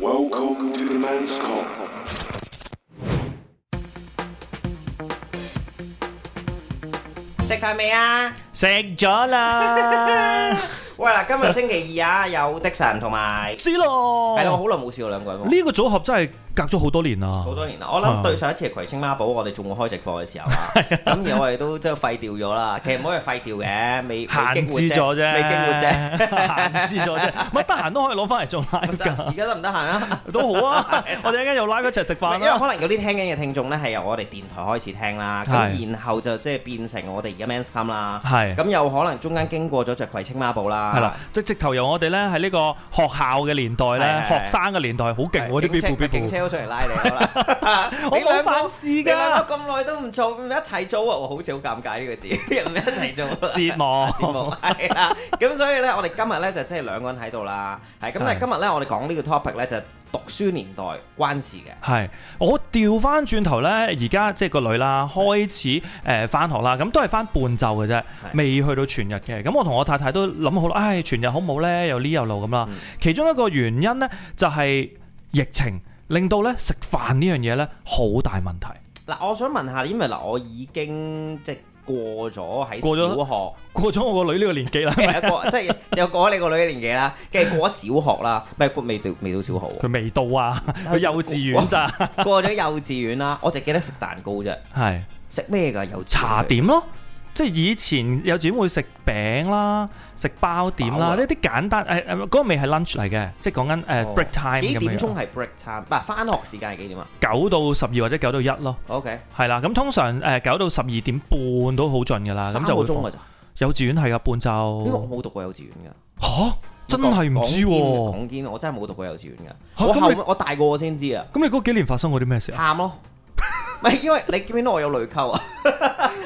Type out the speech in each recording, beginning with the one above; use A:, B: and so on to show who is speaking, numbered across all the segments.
A: Welcome to the man's call.
B: Xách phải mẹ à?
C: 食 咗啦，
B: Uầy, là cảm ơn Sinh Kỳ à, dầu Texan thằng mày.
C: 知咯。
B: Hay là hổ lòng hổ siêu là người mà.
C: 呢個組合真係隔咗好多年啊啦。
B: 好多年啦，我諗對上一次係葵青孖寶，我哋仲會開直播嘅時 候啊，咁而我哋都真係廢掉咗啦。其實唔可以廢掉嘅，未未
C: 閒
B: 激活
C: 置咗啫，
B: 未激 活啫。
C: 閒置咗 啫。唔係得閒都可以攞翻嚟做 live
B: 而
C: 㗎，
B: 家得唔得閒啊？
C: 都好啊。我哋一間有 live 一齊食飯
B: 因為
C: 啦。
B: 可能有啲聽緊嘅聽眾咧係由我哋電台開始聽啦，
C: 係
B: 咁然後就即係變成我哋而家 Men's Come 啦，
C: 係
B: 咁有可能中間經過咗隻葵青孖寶啦，
C: 係啦，即係直頭由我哋咧喺呢個學校嘅年代咧
B: 係，係
C: 學生嘅年代好勁
B: 係，
C: 喎啲必
B: 警車
C: 步必
B: 警
C: 步。，
B: 車都出嚟拉你啦
C: 我
B: 你兩
C: 冇
B: 個
C: 犯事
B: 你兩
C: 㗎，
B: 個咁耐都唔做，唔一齊做啊！我好似好尷尬呢個 字，唔一齊做啊
C: 折磨
B: 節目係啦。咁所以咧，我哋今日咧就即係兩個人喺度啦。係咁，但係
C: 係
B: 今日咧，我哋講呢個 topic 咧就係讀書年代關事嘅。
C: 係，我調翻轉頭呢，而家即係個女啦，開始誒翻、學啦，咁都係翻半晝嘅啫，未去到全日嘅。咁我同我太太都諗好啦，唉，全日好唔好呢？又呢又路咁啦。
B: 嗯
C: 其中一個原因呢，就係、疫情令到呢食飯呢樣嘢呢好大問題。
B: 嗱，我想問下，因為嗱，我已經即係過咗喺
C: 過咗
B: 小學。
C: 過咗我個女呢個年 紀啦，
B: 係一個即係又過咗你個女嘅年紀啦，跟住過咗小學啦，唔係過未到未到小學喎，
C: 佢未到啊，佢幼稚園咋，
B: 過咗幼稚園啦，我就記得食蛋糕啫，
C: 係
B: 食咩㗎？幼稚園
C: 茶點咯。即係以前幼稚園會食餅啦，食包點
B: 飽
C: 啦，
B: 啊
C: 呢啲簡單誒誒嗰個未係 lunch 嚟嘅，即係講緊誒
B: 哦
C: break time
B: 幾
C: 咁樣
B: 點
C: 樣。
B: 鐘係 break time？嗱，翻學時間係幾點啊
C: 九到十二或者九到一咯，
B: ？OK，
C: 係啦。咁通常誒九到十二點半都好盡噶啦，
B: 三
C: 啊咁
B: 個
C: 就會
B: 鐘
C: 放
B: 㗎咋？
C: 幼稚園係噶半
B: 呢個我
C: 晝
B: 冇讀過幼稚園㗎。
C: 吓，真係唔知喎。
B: 講堅，講堅我真係冇讀過幼稚園㗎。
C: 嚇
B: 我
C: 咁
B: 後
C: 你
B: 我大個我先知啊，
C: 咁你嗰幾年發生過啲咩事啊？
B: 喊咯。 唔係因為你見唔見到我有淚溝 啊？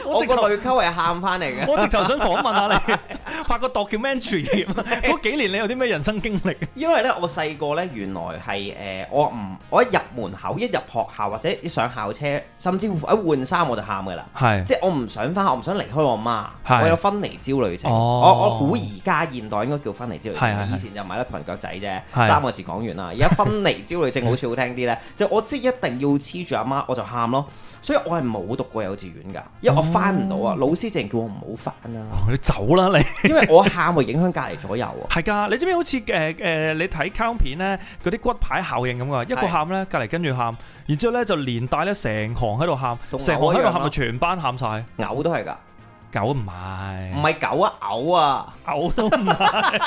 B: 我
C: 直頭
B: 個淚溝係喊翻嚟 嘅，
C: 我直頭想訪 問下你，拍個 documentary 嗰幾年你有啲咩人生經歷？
B: 因為咧我細個咧原來係誒、呃我唔我一入門口一入學校或者一上校車，甚至乎一換衫我就喊㗎啦。
C: 係
B: 即係我唔想翻，我唔想離開我媽，
C: 係
B: 我有分離焦慮症。
C: 哦
B: 我我估而家現代應該叫分離焦慮
C: 係係係
B: 症，以前就買得裙腳仔
C: 係
B: 啫，三個字講完啦。而家分離焦慮症好似好聽啲 呢，就我即係一定要黐住阿媽，我就喊咯。所以我係冇讀過幼稚園㗎，因為我翻唔到啊。老師淨係叫我唔好翻啊，
C: 哦你走啦你，
B: 因為我喊會影響隔離左右啊。
C: 係㗎，你知唔知好似誒誒你睇卡通片咧，嗰啲骨牌效應咁㗎，一個
B: 係
C: 喊咧，隔離跟住喊，然之後咧就連帶咧成行喺度喊，
B: 同
C: 成
B: 我
C: 行
B: 一
C: 喺
B: 樣
C: 度喊
B: 咯
C: 到全班喊晒。
B: 嘔都係㗎，
C: 狗唔係
B: 唔。係狗啊，嘔啊，
C: 嘔都唔係，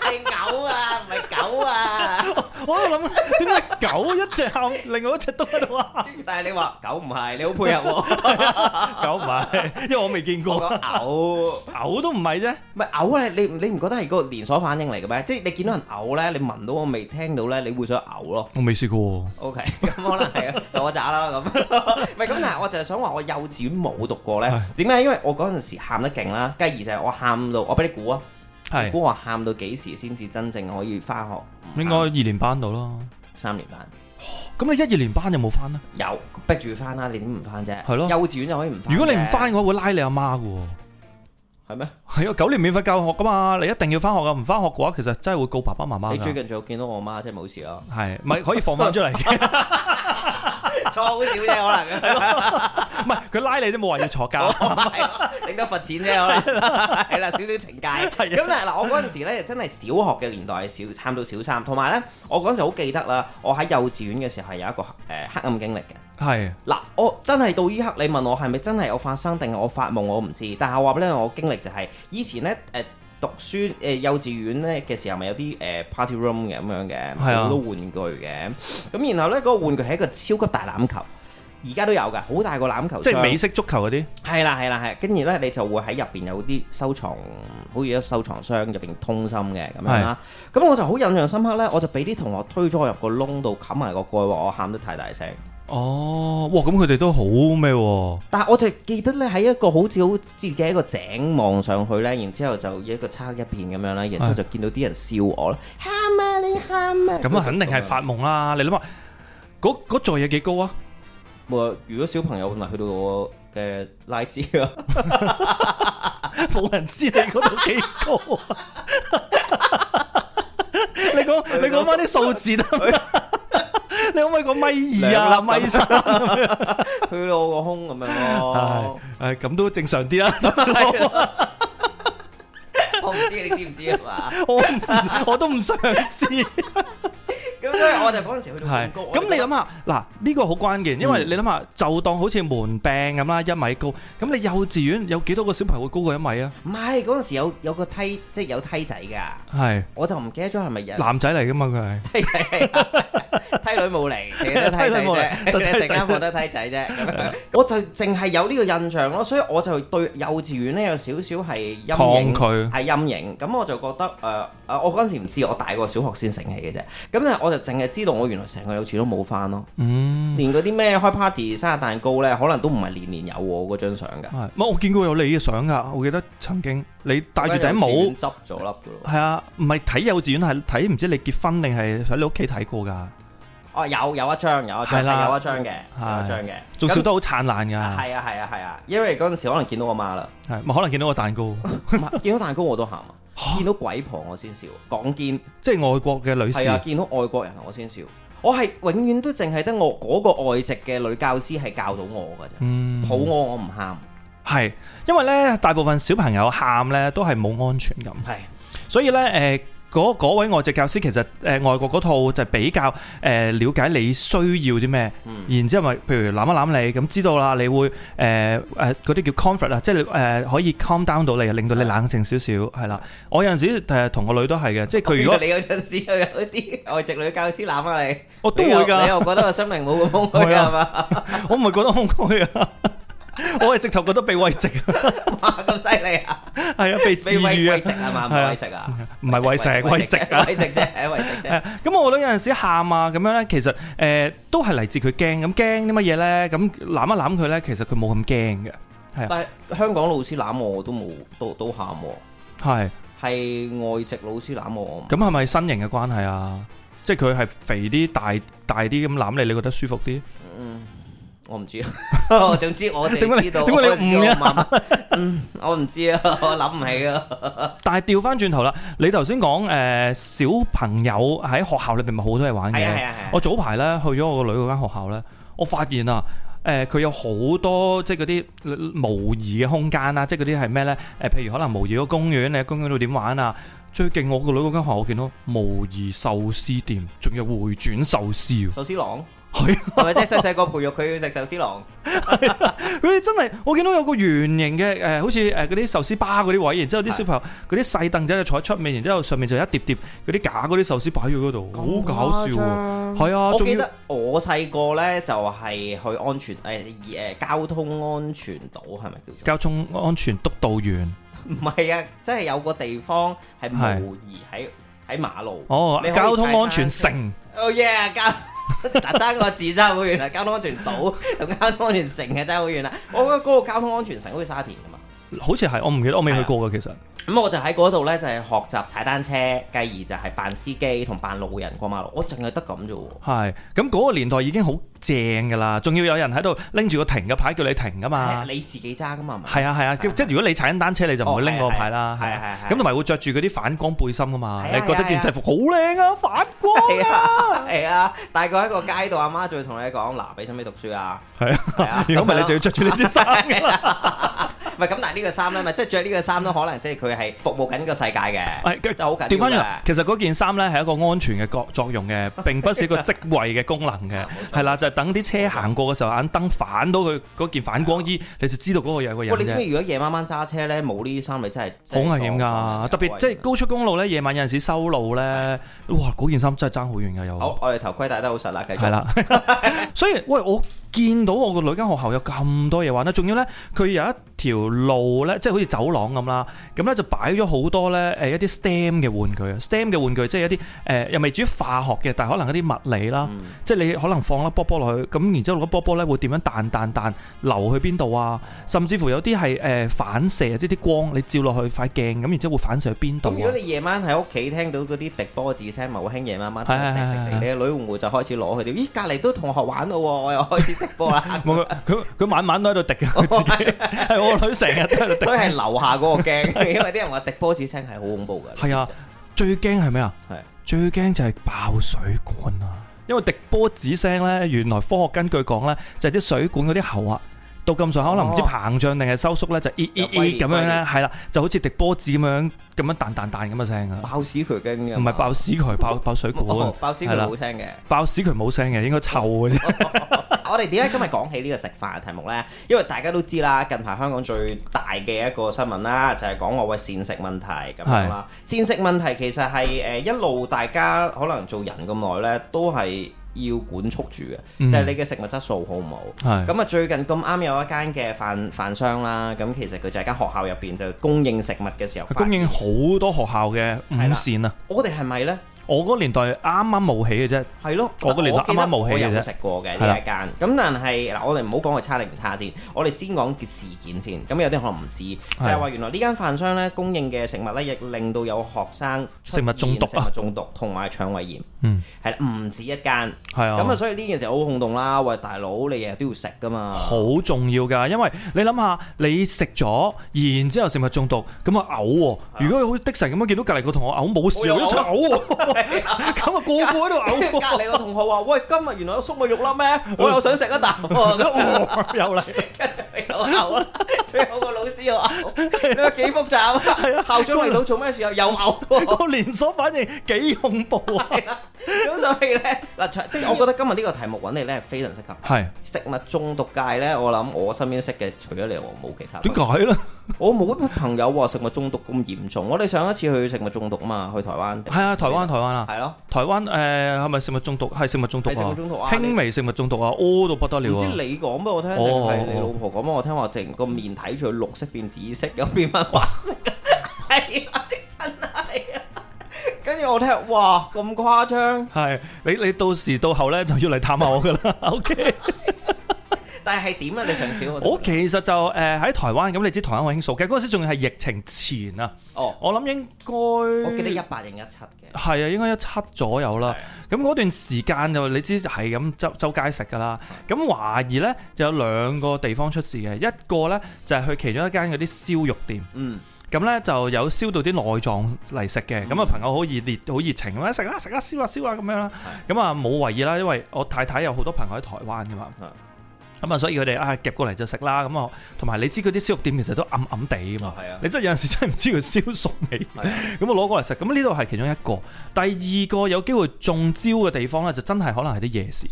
B: 係嘔啊，唔係狗啊。
C: 我喺度諗點解狗一隻喊，另外一隻都喺度喊？
B: 但係你話狗唔係，你好配合 喎。
C: 狗唔係，因為我未見
B: 我
C: 過，
B: 講嘔。
C: 嘔都唔係啫。
B: 唔係嘔咧，你你唔覺得係個連鎖反應嚟嘅咩？即係你見到人嘔咧，你聞到我未聽到咧，你會想嘔咯。
C: 我未試過。
B: OK，咁可能係啊，我渣啦咁。 唔係咁，但係我就係想話，我幼稚園冇讀過咧
C: 係。
B: 點解？因為我嗰陣時喊得勁啦，繼而就係我喊到，我俾你估啊，你
C: 係
B: 估我喊到幾時先至真正可以翻學？
C: 應該二年班到啦。
B: 三年班
C: 咁你一二年班有冇翻呢？
B: 有逼住翻啦，你點唔翻啫？
C: 係咯
B: 幼稚園就可以唔翻。
C: 如果你唔翻，嘅話，會拉你阿媽嘅喎。
B: 係咩？
C: 係啊，九年免費教學噶嘛，你一定要翻學噶。唔翻學嘅話，其實真係會告爸爸媽媽
B: 你最
C: 㗎。
B: 近仲有見到我媽，即係冇事啊 咯。
C: 係，咪可以放翻出嚟？ 嘅？
B: 錯好少啫，可 能。
C: 唔係佢拉你都冇話要坐監。
B: 哦係頂多罰錢啫，可能係啊啦，少少懲戒。咁咧嗱，我嗰陣時咧真係小學嘅年代，係小喊到小三，同埋咧我嗰陣時好記得啦，我喺幼稚園嘅時候係有一個誒黑暗經歷嘅。
C: 係
B: 嗱，我真係到依刻，你問我係咪真係我發生定係我發夢，我唔知。但係我話俾你聽，我經歷就係、以前咧誒。讀書誒、幼稚園咧嘅時候，咪有啲誒、party room 嘅咁樣嘅，
C: 係啊
B: 好多玩具嘅。咁然後咧，嗰、個玩具係一個超級大欖球，而家都有㗎，好大個欖球箱。
C: 即係美式足球嗰啲。
B: 係啦係啦係，跟住咧你就會喺入邊有啲收藏，好似一收藏箱入邊通心嘅咁樣啦。咁我就好印象深刻咧，我就俾啲同學推咗我入個窿度冚埋個蓋，話我喊得太大聲。
C: 哦，哇！咁佢哋都好咩喎？
B: 但係我就記得咧喺一個好似好似嘅一個井望上去咧，然之後就一個差一片咁樣啦，然之後就見到啲人笑我啦，喊啊你喊啊！
C: 咁啊，肯定係發夢啦！你諗下，嗰嗰座嘢幾高啊？
B: 冇啊。如果小朋友咪去到我嘅啊拉枝咯，
C: 冇人知你嗰度幾高啊！你嗰講哎你講翻啲數字得唔 得？你可唔可以講米二啊、
B: 兩粒咁
C: 米三啊？
B: 去到我個胸咁樣咯。
C: 唉咁都正常啲啦。 啊
B: 我唔知你知唔知啊嘛？
C: 我唔我都唔想知。
B: 咁所以我就嗰陣時去到
C: 係
B: 咁高，
C: 咁你諗下，嗱呢個好關鍵，因為
B: 嗯
C: 你諗下，就當好似門柄咁啦，一米高。咁你幼稚園有幾多個小朋友會高過一米啊？
B: 唔係嗰陣時有有個梯，即係有梯仔㗎，
C: 係
B: 我就唔記得咗係咪人
C: 男仔嚟噶嘛佢係。
B: 梯仔係啊， 梯女冇嚟，淨係得梯仔
C: 梯女冇嚟
B: 啫，
C: 得梯仔啊
B: 成間房得梯仔啫。咁樣我就淨係有呢個印象咯，所以我就對幼稚園呢有少少係陰影。
C: 抗拒
B: 係陰影，咁我就覺得誒誒、呃呃我嗰陣時唔知，我大個小學先醒起嘅啫。咁咧我就淨係知道我原來成個幼稚園都冇翻咯，
C: 嗯，
B: 連嗰啲咩開 party、生日蛋糕咧，可能都唔係年年有我嗰張相㗎。
C: 係。唔係我見過有你嘅相㗎，我記得曾經你戴住
B: 幼
C: 頂
B: 稚園
C: 帽。
B: 執咗粒㗎咯。
C: 係啊，唔係睇幼稚園係睇唔知你結婚定係喺你屋企睇過㗎，
B: 哦，有有一張有一
C: 係
B: 張
C: 啦
B: 係有一張嘅，
C: 係
B: 有一張嘅。
C: 仲笑得好燦爛
B: 咁
C: 㗎。
B: 係啊係啊係啊，因為嗰陣時可能見到我媽 啦。
C: 係咪可能見到個 蛋糕？
B: 唔係見到蛋糕我都喊啊！見到鬼婆我先笑，講堅
C: 即係外國嘅女士
B: 係啊！見到外國人我先笑，我係永遠都淨係得我嗰個外籍嘅女教師係教到我㗎啫，
C: 嗯，
B: 抱我我唔喊，
C: 係，因為咧大部分小朋友喊咧都係冇安全感，
B: 係
C: 所以咧誒。嗰嗰位外籍教師其實誒、呃外國嗰套就比較誒、呃了解你需要啲咩，
B: 嗯
C: 然之後咪譬如攬一攬你，咁知道啦，你會誒誒嗰啲叫 comfort 啊，即係你誒、可以 calm down 到你，啊令到你冷靜少少，係啦。我有陣時誒同個女都係嘅，即係佢如果
B: 你有陣時又有啲外籍女教師攬下你，
C: 我都
B: 你
C: 會
B: 又
C: 㗎
B: 你。又覺得個心靈冇咁空虛
C: 係啊
B: 係嘛？
C: 我唔係覺得空虛 啊，我係直頭覺得被慰藉啊，
B: 哇咁犀利啊！
C: 係啊，被治
B: 你喂
C: 愈
B: 喂
C: 啊，
B: 食啊嘛，唔
C: 係
B: 係
C: 啊
B: 喂食啊，
C: 唔係 慰藉，慰藉啊。
B: 喂食啫，喂 食啫。
C: 咁我覺得有陣時喊啊咁樣咧，其實誒、呃都係嚟自佢驚，咁驚啲乜嘢咧？咁攬一攬佢咧，其實佢冇咁驚嘅，
B: 但係香港老師攬我我都冇，都都喊喎。
C: 係
B: 係外籍老師攬我我唔
C: 咁係咪身形嘅關係啊？即係佢係肥啲、大大啲咁攬你，你覺得舒服啲？
B: 我 唔知，我總之我淨係知道。
C: 點解你點解
B: 我
C: 你誤嘅
B: 知道我媽媽嗯，我唔知啊，我諗唔起啊。
C: 但係調翻轉頭啦，你頭先講誒小朋友喺學校裏邊咪好多嘢玩嘅。
B: 係啊係啊係啊。
C: 我早排咧去咗我個女嗰間學校咧，我發現啊，誒、佢有好多即係嗰啲模擬嘅空間啊啦，即係嗰啲係咩咧？誒、譬如可能模擬個公園，你喺公園度點玩啊？最勁我個女嗰間學校，我見到模擬壽司店，仲有回轉壽司喎，
B: 壽司郎
C: 係
B: 係咪即係細細個培育佢要食壽司郎？
C: 佢真係我見到有個圓形嘅誒、好似誒嗰啲壽司吧嗰啲位，然之後啲小朋友嗰啲細凳仔就坐喺出面，然之後上面就一碟碟嗰啲假嗰啲壽司擺咗嗰度，好搞笑喎！係啊，
B: 我
C: 仲
B: 記
C: 要
B: 得我細個咧就係去安全誒誒交通安全島係咪叫做？
C: 交通安全督導員。
B: 唔係啊，即係有個地方係
C: 係
B: 模擬喺喺馬路。
C: 哦，
B: 你可以
C: 交通
B: 踩單
C: 安全
B: 車
C: 城，
B: Oh yeah，交 嗱爭個字爭好遠啦，啊交通安全島 同交通安全城嘅爭好遠啦。啊我覺得嗰個交通安全城好似沙田噶嘛，
C: 好似係我唔記得，我未去過嘅其實。
B: 咁我就喺嗰度呢，就係、學習踩單車，繼而就係扮司機同扮路人過馬路，我淨係得咁啫喎。
C: 係咁嗰個年代已經好正㗎啦，仲要有人喺度拎住個停嘅牌叫你停㗎嘛。
B: 係你自己揸噶嘛？係咪
C: 係啊係啊，即係如果你踩緊單車，你就唔會拎嗰個牌啦。
B: 係
C: 係
B: 啊
C: 啊
B: 係啊
C: 咁同埋會着住嗰啲反光背心㗎嘛，
B: 係啊
C: 你覺得
B: 係啊
C: 件制服好靚啊，反光
B: 係
C: 啊！
B: 啊，係啊，大個喺個街度，阿媽就會同你講：嗱，你使唔使讀書啊？
C: 係
B: 係啊
C: 啊，如果唔係你就要着住呢啲
B: à.
C: 衫。
B: 唔係咁，但係呢個衫咧，咪即係着呢個衫都可能即係佢係服務緊個世界嘅，
C: 係跟
B: 哎就好緊要
C: 哎調翻轉頭
B: 嘅，
C: 其實嗰件衫咧係一個安全嘅作作 用嘅，並不是一個職位嘅功能
B: 啊
C: 嘅，係啦，就係等啲車行過嘅時候，眼燈反到佢嗰件反光衣，你就知道嗰個有個人
B: 啊喂，你知唔知。
C: 啫
B: 如果夜晚晚揸車咧，冇呢啲衫，你啊真係
C: 好危險㗎，特別即係。高速公路咧，夜晚有陣時收路咧，哇！嗰件衫真係爭好遠㗎
B: 好
C: 又，，
B: 我哋頭盔戴得好實啦，繼續。
C: 係，啦。 所以喂，我見到我個女間學校有咁多嘢玩啦，仲要咧佢有一條路咧，即係好似走廊咁啦，咁咧就擺咗好多咧誒一啲 STEM 嘅玩具啊，STEM 嘅玩具即係一啲誒、又未至於化學嘅，但係可能一啲物
B: 嗯
C: 理啦，即係你可能放粒波波落去，咁然之後粒波波咧會點樣彈彈彈流去邊度啊？甚至乎有啲係誒反射，即係啲光你照落去塊鏡咁，然之後會反射去邊度
B: 咁如果
C: 啊？
B: 你夜晚喺屋企聽到嗰啲滴波子聲，咪好興夜晚晚滴
C: 係係係，
B: 滴滴滴，你嘅女會唔會就開始攞佢哋？咦，隔離都同學玩咯喎，我又開始滴波啦
C: 冇佢佢佢晚晚都喺度滴嘅，佢自 己係我個女成日都喺度滴。
B: 所以 係樓下嗰個驚，因為啲人話滴波子聲係好恐怖㗎。
C: 係啊，最驚係咩啊？
B: 係
C: 最驚就係爆水管啊！因為滴波子聲呢，原來科學根據講呢，就係啲水管嗰啲喉啊，到咁上下可能唔知
B: 哦
C: 膨脹定係收縮呢，就咦咦
B: 有龜裂
C: 咦咁樣呢，係啦，就好似滴波子咁樣咁樣彈彈彈咁嘅聲啊，
B: 爆屎佢根嘅，
C: 唔係爆屎渠，爆爆水管
B: 哦，爆屎佢
C: 係啦
B: 好聽嘅。
C: 爆屎渠冇聲嘅，應該臭嘅啫。
B: 我哋點解今日講起呢個食飯嘅題目呢？因為大家都知啦，近排香港最大嘅一個新聞啦，就係講我嘅膳食問題咁樣啦。膳食問題其實係誒、呃一路大家可能做人咁耐呢，都係要管束住嘅，
C: 嗯
B: 就係你嘅食物質素好唔好。
C: 係
B: 咁啊，最近咁啱有一間嘅飯飯商啦，咁其實佢就係間學校入邊就供應食物嘅時候發現，
C: 供應好多學校嘅午
B: 係啦
C: 膳啊！
B: 我哋係咪呢？
C: 我嗰年代啱啱冒起嘅啫，
B: 係咯，
C: 我個年代
B: 記得
C: 啱啱冒起嘅啫
B: 我有食過嘅
C: 係啦
B: 呢一間。咁但係嗱，我哋唔好講佢差定唔差先，我哋先講件事件先。咁有啲可能唔知，就係話原來呢間飯商咧供應嘅食物咧，亦令到有學生出現
C: 食物中毒啊
B: 食物中毒同埋腸胃炎，
C: 嗯，
B: 係啦唔止一間。
C: 係啊。
B: 咁啊，所以呢件事好轟動啦。喂，大佬，你日日都要食噶嘛？
C: 好重要㗎，因為你諗下，你食咗，然之後食物中毒，咁啊嘔喎。如果好似的神咁樣見到隔離個同學嘔，冇事
B: 我又
C: 我一齊嘔喎，咁啊個個喺度
B: 跟住
C: 嘔
B: 隔離個同學話：，喂，今日原來有粟米肉粒咩？我又想食一啖 喎。咁
C: 喎， 又嚟。
B: 跟住俾老牛啦， 最後個老師又嘔，你話幾複雜啊？校長嚟到做咩事啊？又嘔喎，
C: 個連鎖反應幾恐怖啊！
B: 係啦。咁所以咧， 嗱，即係我覺得今日呢個題目揾你咧係非常適合。
C: 係
B: 食物中毒界咧，我諗我身邊識嘅，除咗你，我冇其他。
C: 點解咧？
B: 我冇乜朋友話食物中毒咁嚴重。我哋上一次去食物中毒啊嘛，去台灣。
C: 係啊，台灣台灣啊，
B: 係咯，
C: 台灣誒係咪食物中毒？係食物中毒
B: 係食物中毒啊
C: 啊，輕微食物中毒啊，屙到不得
B: 唔
C: 了
B: 知
C: 啊！
B: 你講俾我聽，定
C: 哦
B: 係你老婆講俾我聽話，成個面睇住佢綠色變紫色，又變翻白 色，係啊，真係啊！跟住我聽，哇，咁誇張！
C: 係你你到時到後咧就要嚟探下我㗎 啦，OK。
B: 但係係點啊？你上次
C: 我其實就呃誒喺、台灣，咁你知台灣好興數嘅，嗰陣時仲係疫情前啊，
B: 哦，
C: 我諗應該
B: 我
C: 我
B: 記得一八零一七嘅，
C: 係啊，應該一七左右啦。咁嗰段時間就你知係咁周周街食噶啦。咁懷疑呢就有兩個地方出事嘅，一個呢就係、去其中一間嗰啲燒肉店，
B: 嗯，
C: 咁呢就有燒到啲內臟嚟食嘅。咁啊、朋友好熱烈、好熱情咁樣食啦食啦燒啊燒啊咁樣啦。咁啊冇懷疑啦，因為我太太有好多朋友喺台灣噶嘛。
B: 嗯
C: 咁啊，所以佢哋啊夾過嚟就食啦。咁啊，同埋你知嗰啲燒肉店其實都暗暗地噶嘛。
B: 係啊，
C: 你真係有陣時真係唔知佢燒熟未，咁
B: 係啊
C: 我攞過嚟食。咁呢度係其中一個，第二個有機會中招嘅地方咧，就真係可能係啲夜市。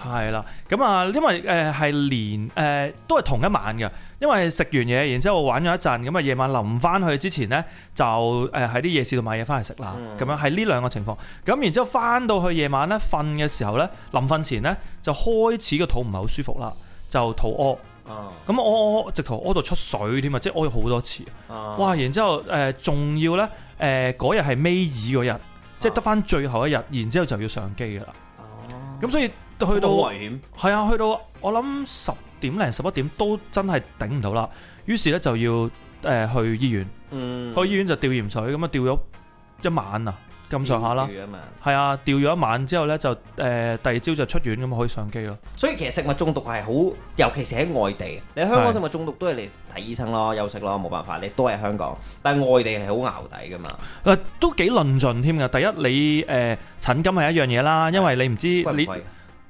C: 係啦，咁啊，因為誒係、連誒、呃都係同一晚嘅，因為食完嘢，然之後玩咗一陣，咁啊夜晚臨翻去之前呢，就誒喺啲夜市度買嘢翻嚟食啦，
B: 嗯
C: 咁、樣係呢兩個情況。咁然之後翻到去夜晚呢，瞓嘅時候呢，臨瞓前呢，就開始個肚唔係好舒服啦，就肚屙，
B: 哦，
C: 咁屙屙直頭屙到出水添啊，即係屙咗好多次。
B: 哦
C: 哇！然之後誒，仲、要呢，誒嗰日係尾二嗰日，
B: 啊
C: 即係得翻最後一日，然之後就要上機噶啦。
B: 哦
C: 咁所以去到
B: 好危險，
C: 係啊，去到我諗十點零十一點都真係頂唔到啦。於是呢，就要誒、呃去醫院，
B: 嗯，
C: 去醫院就吊鹽水，咁啊吊咗一晚啊咁上下啦
B: 吊。住啊嘛
C: 係啊，吊咗一晚之後呢，就誒、呃第二朝就出院咁啊可以上機咯。
B: 所以其實食物中毒係好，尤其是喺外地。你香港
C: 係
B: 食物中毒都係你睇醫生咯、休息咯，冇辦法，你都係香港。但係外地係好淆底噶嘛。
C: 誒、啊都幾論盡添㗎。第一你誒、呃、診金係一樣嘢啦，因為你唔知
B: 貴唔
C: 你
B: 貴？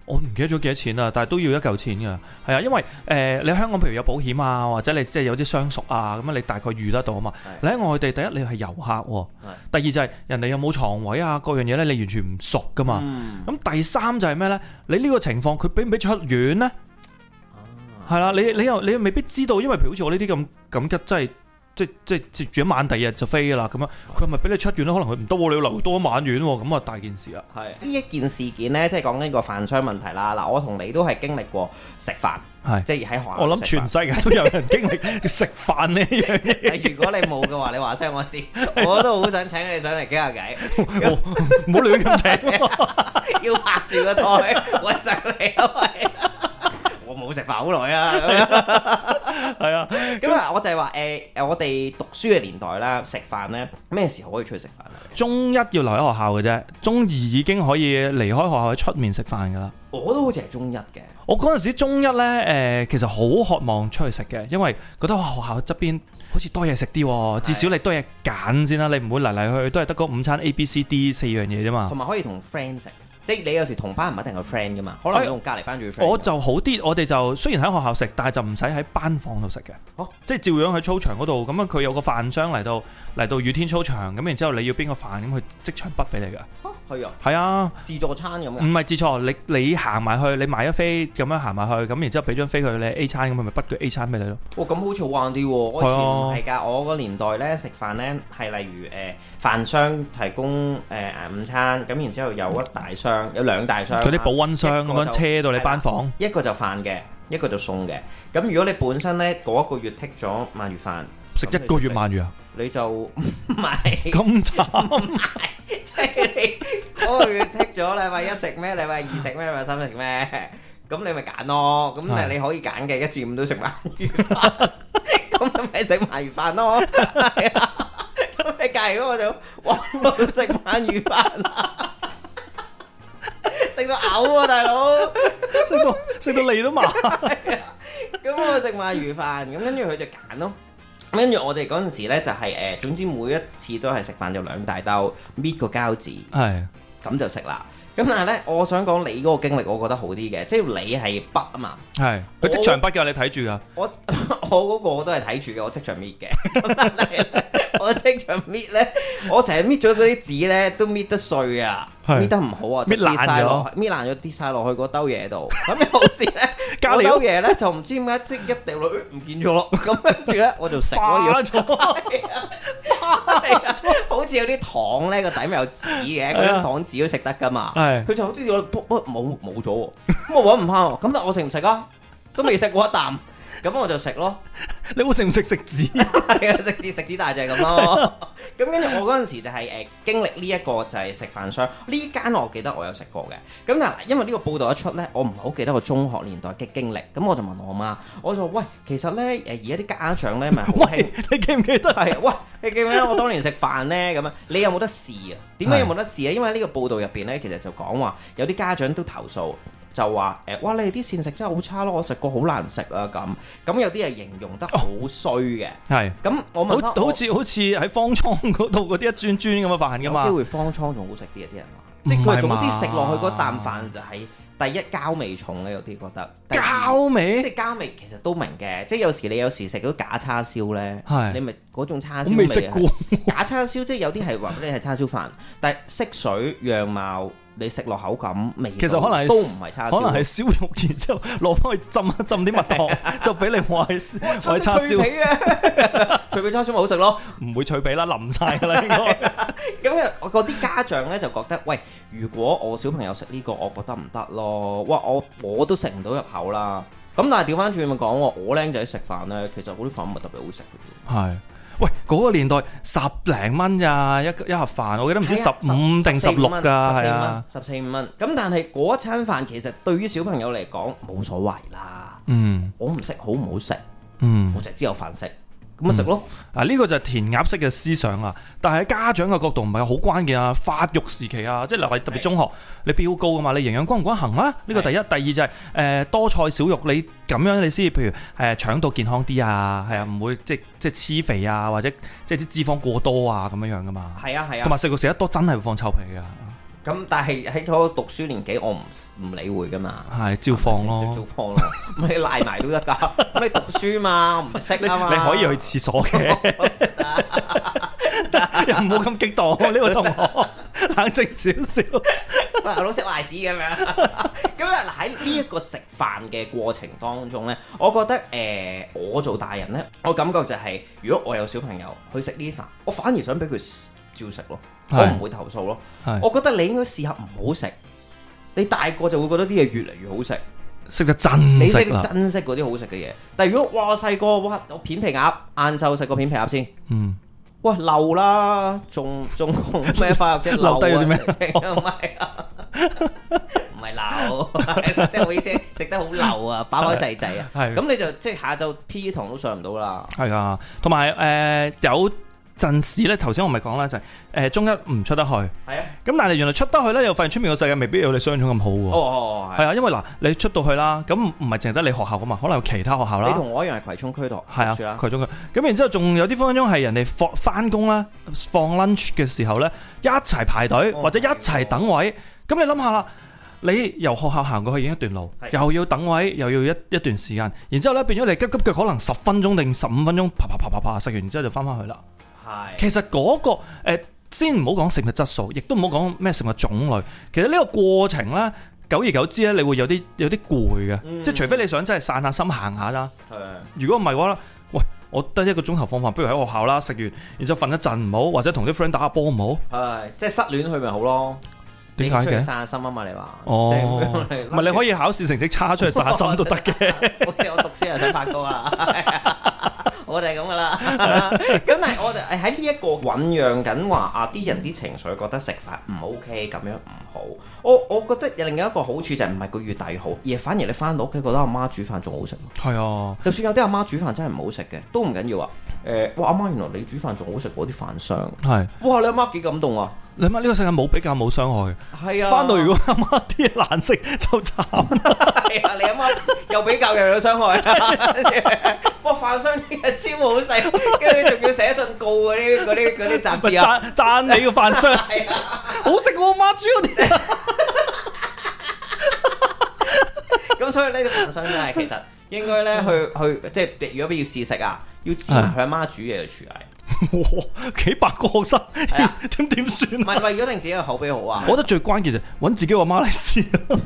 C: 我唔記得咗幾多錢啊啦，但係都要一嚿錢㗎，係啊，因為誒、呃你香港譬如有保險啊，或者你即係有啲相熟啊，咁啊你大概預得到啊嘛
B: 係。
C: 你喺外地，第一你係遊客喎，第二就係人哋有冇床位啊，各樣嘢咧你完全唔熟㗎嘛。
B: 嗯，
C: 咁、第三就係咩呢？你呢個情況佢俾唔俾出院呢？
B: 啊
C: 係啦，你你又你又未必知道，因為譬如好似我呢啲咁咁急，真係。即即接住一晚，第二日就飛㗎
B: 哦
C: 啦，咁樣佢係咪俾你出院咧？可能佢唔得喎，你要留多一晚院喎，咁啊大件事啦。
B: 係呢一件事件呢，即係講緊個飯商問題啦。嗱，我同你都係經歷過食 飯，
C: 係，
B: 即係喺學校。
C: 我諗全世界都有人經歷食飯呢樣 嘢。
B: 全。如果你冇嘅話，你話聲我知，我都好想請你上嚟傾下偈，
C: 我唔好亂咁請我。
B: 要拍住個台揾上嚟，因為 我冇食飯好耐啊。咁樣
C: 係啊，
B: 咁啊，我就係話誒誒，我哋讀書嘅年代啦，食飯咧咩時候可以出去食飯啊？
C: 中一要留喺學校嘅啫，中二已經可以離開學校喺出面食飯噶啦。
B: 我都好似係中一嘅，
C: 我嗰陣時中一呢，誒、其實好渴望出去食嘅，因為覺得哇學校側邊好好似多嘢食啲喎，至少你多嘢揀先啦，你唔會嚟嚟去去都係得嗰午餐 A、B、C、D 四樣嘢啫嘛
B: 同。埋可以同 friend 食，即係你有時同班唔一定係 friend 噶嘛，可能你同隔離班最 friend 㗎。
C: 我就好啲，我哋就雖然喺學校食，但係就唔使喺班房度食嘅，
B: 哦
C: 即係照樣喺操場嗰度。咁樣佢有個飯箱嚟到嚟到雨天操場，咁然之後你要邊個飯，咁佢即場筆俾你㗎。
B: 啊係啊，
C: 係啊，
B: 自助餐咁
C: 唔
B: 嘅，
C: 係自助，你你行埋去，你買咗飛咁樣行埋去，咁然之後俾張飛佢，你 A 餐咁，佢咪筆佢 A 餐俾你咯。
B: 哇咁好似好玩啲喎！我以
C: 啊
B: 前唔係㗎，我個年代咧食飯咧係例如誒飯商提供誒午餐，咁然之後有一大箱，有兩大箱啦。啊
C: 佢啲保温箱咁
B: 一個
C: 樣
B: 就
C: 車到你班房，
B: 一個就飯嘅，一個就餸嘅。咁如果你本身咧嗰一個月剔咗鰻魚飯，
C: 食一個月鰻魚啊，
B: 你就唔係
C: 咁慘！
B: 即係 你嗰個月剔咗禮拜一食咩，禮拜二食咩，禮拜三食咩，咁你咪揀咯。咁但係你可以揀嘅，一至五都食 鰻魚飯，咁你咪食鰻魚飯咯。係啊咁你隔離嗰個就哇我食鰻魚飯啦，食到嘔啊大佬！
C: 食到食到脷都麻。
B: 咁我食埋魚飯，咁跟住佢就揀咯。跟住我哋嗰陣時咧就係、誒、總之每一次都係食飯就兩大兜，搣個膠紙
C: 係
B: 咁就食啦。咁但係咧，我想講你嗰個經歷，我覺得好啲嘅，即係你係筆啊嘛。
C: 係，佢即場筆㗎，你睇住㗎。
B: 我 我嗰個我都係睇住嘅，我即場搣嘅。 咁但係呢我即場搣咧，我成日搣咗嗰啲紙咧，都搣得碎啊，
C: 係
B: 搣得唔好啊，
C: 搣爛咗
B: 跌晒落去，搣爛咗跌晒落去嗰兜嘢 度。咁有時咧，
C: 加
B: 嗰
C: 料
B: 兜嘢咧就唔知點解即一掉落去唔見咗咯。咁跟住咧我就食咯， 要
C: 化咗。
B: 係啊好似有啲糖咧個底咪有紙嘅，嗰
C: 係啊
B: 啲糖紙都食得噶嘛。
C: 係
B: 佢就好似我卜卜冇冇咗喎，咁我揾唔翻喎。咁但我食唔食啊？都未食過一啖，咁我就食咯。
C: 你會食唔食食 指？
B: 係啊，食字食指大就係咁咯。咁跟住我嗰陣時就係、誒、經歷呢一個就係食飯商呢間，我記得我有食過嘅。咁嗱，因為呢個報道一出呢，我唔係好記得我中學年代嘅經歷。咁我就問我媽，我就話：喂，其實呢，誒而家啲家長呢咪好興
C: 喂。，你記唔記得？
B: 係啊，喂，你記唔記得我當年食飯呢？咁樣你有冇得試啊？點解有冇得試啊？因為呢個報道入邊呢，其實就講話有啲家長都投訴，就話誒、哇，你哋啲膳食真係好差咯，我食過好難食啊咁。咁有啲係形容得好衰嘅。
C: 係。
B: 咁我問
C: 哦好
B: 翻，
C: 好似好似喺方艙嗰度嗰啲一磚磚咁嘅飯噶
B: 有機
C: 嘛，
B: 會方艙仲好食啲啊！啲人話，即係佢
C: 唔係
B: 總
C: 嘛
B: 之食落去嗰啖飯就係第一膠味重咧，有啲覺得第二
C: 膠
B: 即
C: 味
B: 係膠味其實都明嘅，即係有時你有時食到假叉燒咧
C: 係，
B: 你咪嗰種叉
C: 我
B: 燒
C: 未
B: 味
C: 食
B: 啊係
C: 過，
B: 假叉燒即係有啲係話俾你係叉燒飯，但係色水樣貌你食落口感味道，
C: 其實可能係
B: 都唔係叉燒，
C: 可能係燒肉，然之後攞翻去浸一浸啲 蜜糖，就俾你話係我係叉
B: 脆
C: 燒，
B: 皮啊， 脆皮叉燒咪好食咯。
C: 唔會脆皮啦，淋晒噶啦 應該。
B: 咁嘅我嗰啲家長咧就覺得，喂，如果我小朋友食呢、個，我覺得唔得咯。哇，我我都食唔到入口啦。咁但係調翻轉咪講喎，我僆仔食飯咧，其實嗰啲飯唔係特別好食嘅
C: 係。喂，嗰個年代十零蚊咋一一盒飯，我記得唔
B: 啫。
C: 知十五定十
B: 14
C: 六
B: 啊蚊
C: 㗎，係啊，，
B: 十四五蚊。咁但係嗰一餐飯其實對於小朋友嚟講冇所謂啦。
C: 嗯
B: 我唔識好唔好食，
C: 嗯
B: 我。就係知有飯食，咁咪食咯。
C: 啊！呢、個就係填鴨式嘅思想啊，但係喺家長嘅角度唔係好關鍵啊。發育時期啊，即係嗱，你特別中學，你標高噶嘛，你營養均唔均衡啊？呢、個第一，第二就係、誒、多菜少肉，你咁樣你先至譬如誒、腸道健康啲啊，係啊，唔會即即係黐肥啊，或者即係啲脂肪過多啊咁樣樣噶嘛。
B: 係啊係
C: 同
B: 啊。
C: 埋食肉食得多真係會放臭屁噶，
B: 咁但係喺嗰個讀書年紀，我唔唔理會噶嘛。
C: 係照放咯。
B: 做放咯，咁你賴埋都得㗎。咁你讀書嘛，唔識
C: 你 你
B: 啊嘛。
C: 可以 去廁所嘅，又唔好咁激動呢位同學， 冷靜少少。
B: 喂老識賴屎咁樣。 咁咧喺呢一個食飯嘅過程當中咧，我覺得誒、呃我做大人咧，我感覺就係、如果我有小朋友去食呢啲飯，我反而想俾佢照食咯，
C: 係
B: 我唔會投訴咯。
C: 係
B: 我覺得你應該試下唔好食。你大個就會覺得啲嘢越嚟越好食，
C: 識得真
B: 你
C: 識
B: 識
C: 啦。
B: 珍惜嗰啲好食嘅嘢。但係如果哇我細個哇我片皮鴨，晏晝食個片皮鴨先，
C: 嗯，
B: 喂，漏啦，仲仲講咩化學啫？
C: 漏低咗啲咩
B: 唔啊係啊，唔係漏， 係即係我意思係食得好漏啊，飽飽滯滯啊。
C: 係
B: E 咁你就即係下晝 P 堂都上唔到啦。
C: 係啊，同埋誒有陣時咧，頭先我咪講啦，就係、誒中一唔出得去，咁
B: 係啊，
C: 但係原來出得去咧，又發現出面個世界未必有你想象咁好喎。
B: 哦哦，
C: 係
B: 係。
C: 啊，因為嗱，你出到去啦，咁唔係淨係得你學校噶嘛，可能有其他學校
B: 你
C: 啦。
B: 同我一樣係葵涌區度，
C: 哦係啊
B: 住，啦
C: 佢中佢。咁然之後仲有啲分分鐘係人哋放翻工啦，放 lunch 嘅時候咧，一齊排隊
B: 哦
C: 或者一齊等位。咁你諗下啦，你由學校行過去已經一段路，
B: 係
C: 又要等位，又要一一段時間。然之後咧變咗你急急腳，可能十分鐘定十五分鐘，啪啪啪啪啪食完之後就翻返去啦。
B: 係
C: 其實嗰、個、呃、先唔好講食物質素，亦都唔好講咩食物種類。其實呢個過程咧，久而久之咧，你會有啲有啲攰嘅，
B: 嗯
C: 即係除非你想真係散下心行下啦。
B: 係
C: 如果唔係嘅話，喂，我得一個鐘頭放飯，不如喺學校啦，食完然之後瞓一陣唔好，或者同啲 friend 打下波唔好。
B: 係，即係失戀去咪好咯？
C: 點解
B: 你出去
C: 嘅？
B: 散心啊嘛，你話
C: 哦，
B: 即係
C: 唔 係你可以考試成績差 出去散心都得嘅。
B: 好似我讀書又想拍拖啦， 我哋係咁噶啦。咁但係我哋喺呢一個醖釀緊話啊，啲人啲情緒覺得食法唔 OK，咁樣唔好。我我覺得有另一個好處就係唔係個月底好，而係反而你翻到屋企覺得阿媽煮飯仲好食。
C: 係啊，
B: 就算有啲阿媽煮飯真係唔好食嘅，都唔緊要啊。誒、哇！阿媽原來你煮飯仲好食過啲飯商，
C: 係
B: 哇！你阿媽幾感動啊！
C: 你諗下呢個世界冇比較冇傷害。
B: 係啊，
C: 翻到如果阿媽啲嘢難食就慘。
B: 係啊，你阿媽又比較又有傷 害，哇！飯商 啲嘢超好食，跟住仲要寫信告嗰啲嗰啲嗰啲雜
C: 咪
B: 誌啊，
C: 讚讚你個飯商，
B: 係啊，
C: 好食過我媽煮嗰啲。
B: 咁所以呢啲飯商真係其實應該咧去去即係如果要試食啊，要知埋佢阿媽煮嘢嘅廚藝，
C: 哇，幾百個學生
B: 係啊，
C: 點點算
B: 唔
C: 啊？
B: 係為咗令自己嘅口碑好啊
C: 我。覺得最關鍵就係揾自己個媽嚟試，啊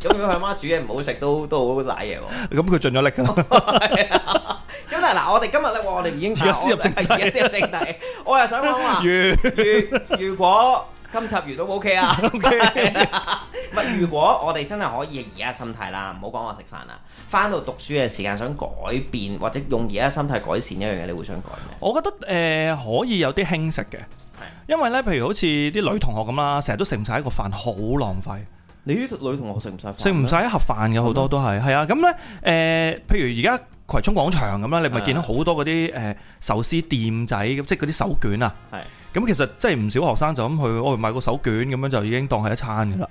B: 咁如果佢阿媽煮嘢唔好食，都都好賴嘢喎。
C: 咁佢盡咗力㗎 啦。
B: 咁但係嗱，我哋今日咧，哇我哋已經
C: 而家先入 正題
B: 係而家先入正題，我又想講話，
C: 完
B: 如如果今集完都 OK 啊。
C: ，OK，
B: 唔係，如果我哋真係可以而家心態啦，唔好講話食飯啦，翻到讀書嘅時間想改變或者用而家心態改善一樣嘢，你會想改咩？
C: 我覺得誒、呃可以有啲輕食嘅
B: 係，
C: 因為咧，譬如好似啲女同學咁啦，成日都食唔晒一個飯，好浪費，
B: 你啲女同學食唔晒飯
C: 食唔晒一盒飯嘅好多都係，係啊，咁咧誒，譬如而家葵涌廣場咁啦，你咪
B: 係
C: 見到好多嗰啲誒壽司店仔，咁即係嗰啲手卷啊，
B: 係
C: 咁其實即係唔少學生就咁去，我買個手卷咁樣就已經當係一餐嘅啦。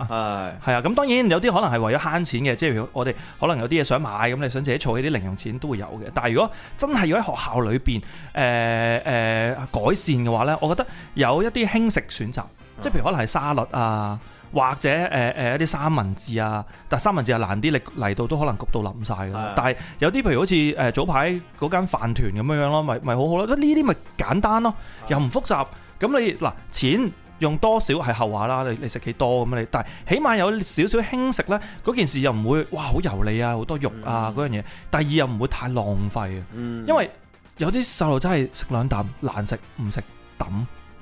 B: 係
C: 係啊，咁當然有啲可能係為咗慳錢嘅，即係如果我哋可能有啲嘢想買，咁你想自己儲起啲零用錢都會有嘅。但係如果真係要喺學校裏邊誒誒呃改善嘅話呢，我覺得有一啲輕食選擇，即係譬如可能係沙律啊，或者誒誒、一啲三文治啊。但三文治係難啲，你嚟到都可能焗到冧晒㗎
B: 係
C: 啦
B: 啊。
C: 但係有啲譬如好似誒早排嗰間飯團咁樣樣咯，咪咪好好咯。呢啲咪簡單咯，又唔複雜。咁你嗱錢用多少係後話啦，你你食幾多咁你，但係起碼有少少輕食咧，嗰件事又唔會哇好油膩啊，好多肉啊嗰樣嘢。第二又唔會太浪費啊，
B: 嗯
C: 因為有啲細路真係食兩啖難食唔食抌，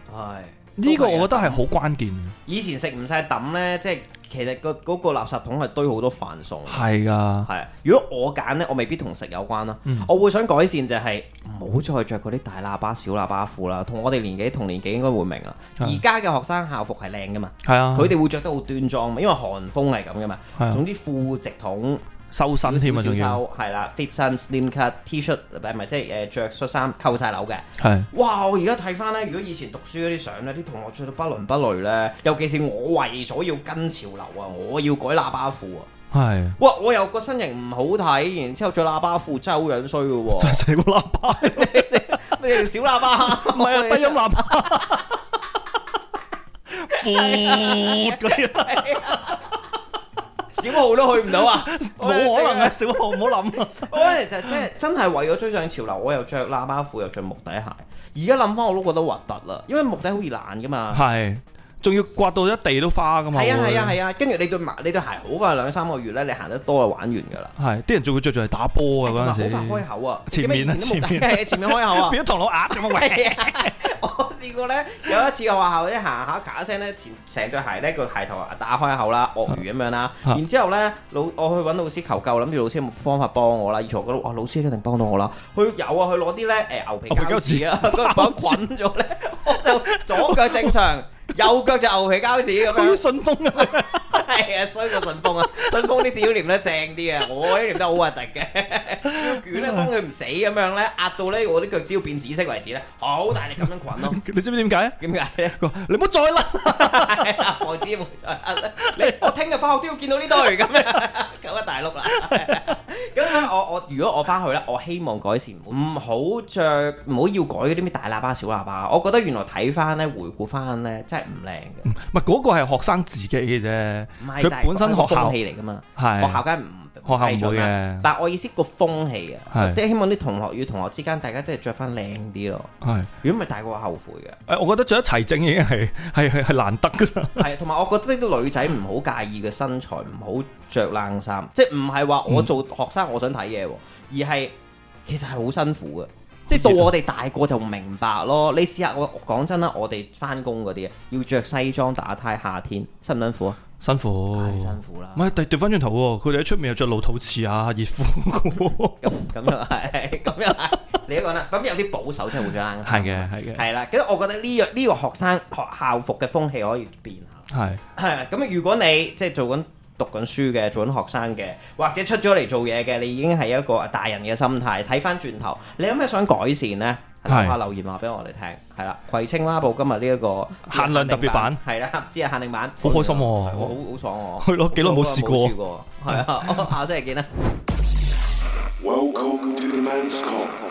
B: 係
C: 呢個我覺
B: 都
C: 得
B: 係啊
C: 係好關鍵嘅，
B: 以前食唔晒抌呢，即係其實個嗰個垃圾桶係堆好多飯餸。
C: 係噶，
B: 係，啊如果我揀呢，我未必同食有關啦。
C: 啊嗯
B: 我會想改善就係唔好再着嗰啲大喇叭、小喇叭褲啦。同我哋年紀同年紀應該會明啦。
C: 係
B: 而家嘅學生校服係靚噶嘛。
C: 係啊，
B: 佢哋會着得好端莊嘛，因為韓風係咁噶嘛。
C: 係啊
B: 總之褲直筒，
C: 收身添啊，
B: 少
C: 仲
B: 少
C: 要
B: 袖係啦，fit 身 slim cut T-shirt 唔係唔係即係誒著恤衫扣晒紐嘅。
C: 係。
B: 哇！我而家睇翻咧，如果以前讀書嗰啲相咧，啲同學着到不倫不類咧，尤其是我為咗要跟潮流啊，我要改喇叭褲啊！
C: 係，
B: 哇！我又個身形唔好睇，然之後着喇叭褲真係好樣衰嘅
C: 就
B: 喎
C: 係細個喇叭，唔
B: 咩小喇 叭，唔
C: 係啊，低音喇叭， 噗嗰啲， 啊
B: 小號都去唔到啊！
C: 冇可能啊！小學唔好諗啊！
B: 我嗰陣就真係真係為咗追上潮流，我又着喇叭褲，又着木底鞋。而家諗翻我都覺得核突啦，因為木底好易爛噶 嘛。
C: 係，仲要刮到一地都花噶嘛？
B: 係啊
C: 會
B: 係啊係啊，跟住你對襪你對鞋好快兩三個月咧，你行得多就玩完㗎啦。
C: 係，啲人仲會着住嚟打波啊
B: 同埋
C: 嗰陣時，
B: 好快開口啊！
C: 前面啊
B: 因為以前啲木底係 前面開口啊！
C: 變咗唐老鴨咁啊！喂，
B: 係啊我試過咧，有一次我學校咧行下咔一聲咧，前成對鞋咧個鞋頭啊打開口啦，鱷魚咁樣啦。
C: 啊
B: 然之後咧，老我去揾老師求救，諗住老師有冇方法幫我啦。以前我覺得哇，老師一定幫到我啦。佢有啊， 佢攞啲咧誒牛皮膠紙啊，嗰個把佢滾咗咧，我就左腳正常，右腳就牛皮膠紙咁
C: 好似
B: 樣，
C: 信封咁。
B: 係啊，衰過順豐啊！ 順豐啲屌廉咧正啲啊， 我啲廉都好核突嘅，要捲咧封佢唔死咁樣咧，壓到咧我啲腳趾要變紫色為止咧，好大力咁樣滾 咯。
C: 你知唔知點解？
B: 點解咧？
C: 佢話 你唔好再甩。
B: 係啊，我知冇錯啦。你我聽日翻學都要見到呢對咁樣，咁啊大碌啦。 咁所以我我如果我翻去咧，我希望改善，唔好着，唔好要改嗰啲咩大喇叭、小喇叭。我覺得原來睇翻咧，回顧翻咧，真係唔靚嘅。
C: 唔係嗰個係學生自己嘅啫，
B: 唔係，
C: 佢
B: 但係
C: 本身
B: 嗰個
C: 學校
B: 風氣嚟噶嘛，
C: 係
B: 學校梗係唔
C: 學校唔
B: 批准
C: 會
B: 啦
C: 嘅
B: 但我意思個風氣啊，
C: 係
B: 即係希望啲同學與同學之間，大家都係着翻靚啲咯。
C: 係
B: 如果唔係，大個會後悔 嘅。
C: 誒，我覺得着得齊整已經係 係係係難得㗎 啦。
B: 係，同埋我覺得呢啲女仔唔好介意嘅身材，唔好着冷衫，即係唔係話我做
C: 嗯
B: 學生我想睇嘢，喎，而係其實係好辛苦
C: 啊
B: 嘅。即係到我哋大個就明白咯。你試下我講真啦，我哋翻工嗰啲啊要着西裝打呔，夏天辛唔辛苦啊？
C: 辛苦，
B: 太辛苦啦
C: 哦唔。係，但係調翻轉頭喎，佢哋喺出面又着露肚臍啊、熱褲嘅喎。
B: 咁咁又係，咁又係，你都講啦。咁有啲保守真 係會着冷
C: 係
B: 衫。
C: 嘅，係嘅，
B: 係啦，咁我覺得呢樣呢個學生學校服嘅風氣可以變下。
C: 係
B: 係咁，如果你即係做緊讀緊書嘅，做緊學生嘅，或者出咗嚟做嘢嘅，你已經係一個大人嘅心態。睇翻轉頭，你有咩想改善呢？
C: 係
B: 留下留言話俾我哋聽，係啦，葵青拉布今日呢一個
C: 限量特別版
B: 係啦，只係限定版，
C: 好開心喎
B: 係好好爽喎，
C: 係咯幾耐冇試過
B: 冇試過，係啊，我下星期見啦。
A: Welcome to the man's call.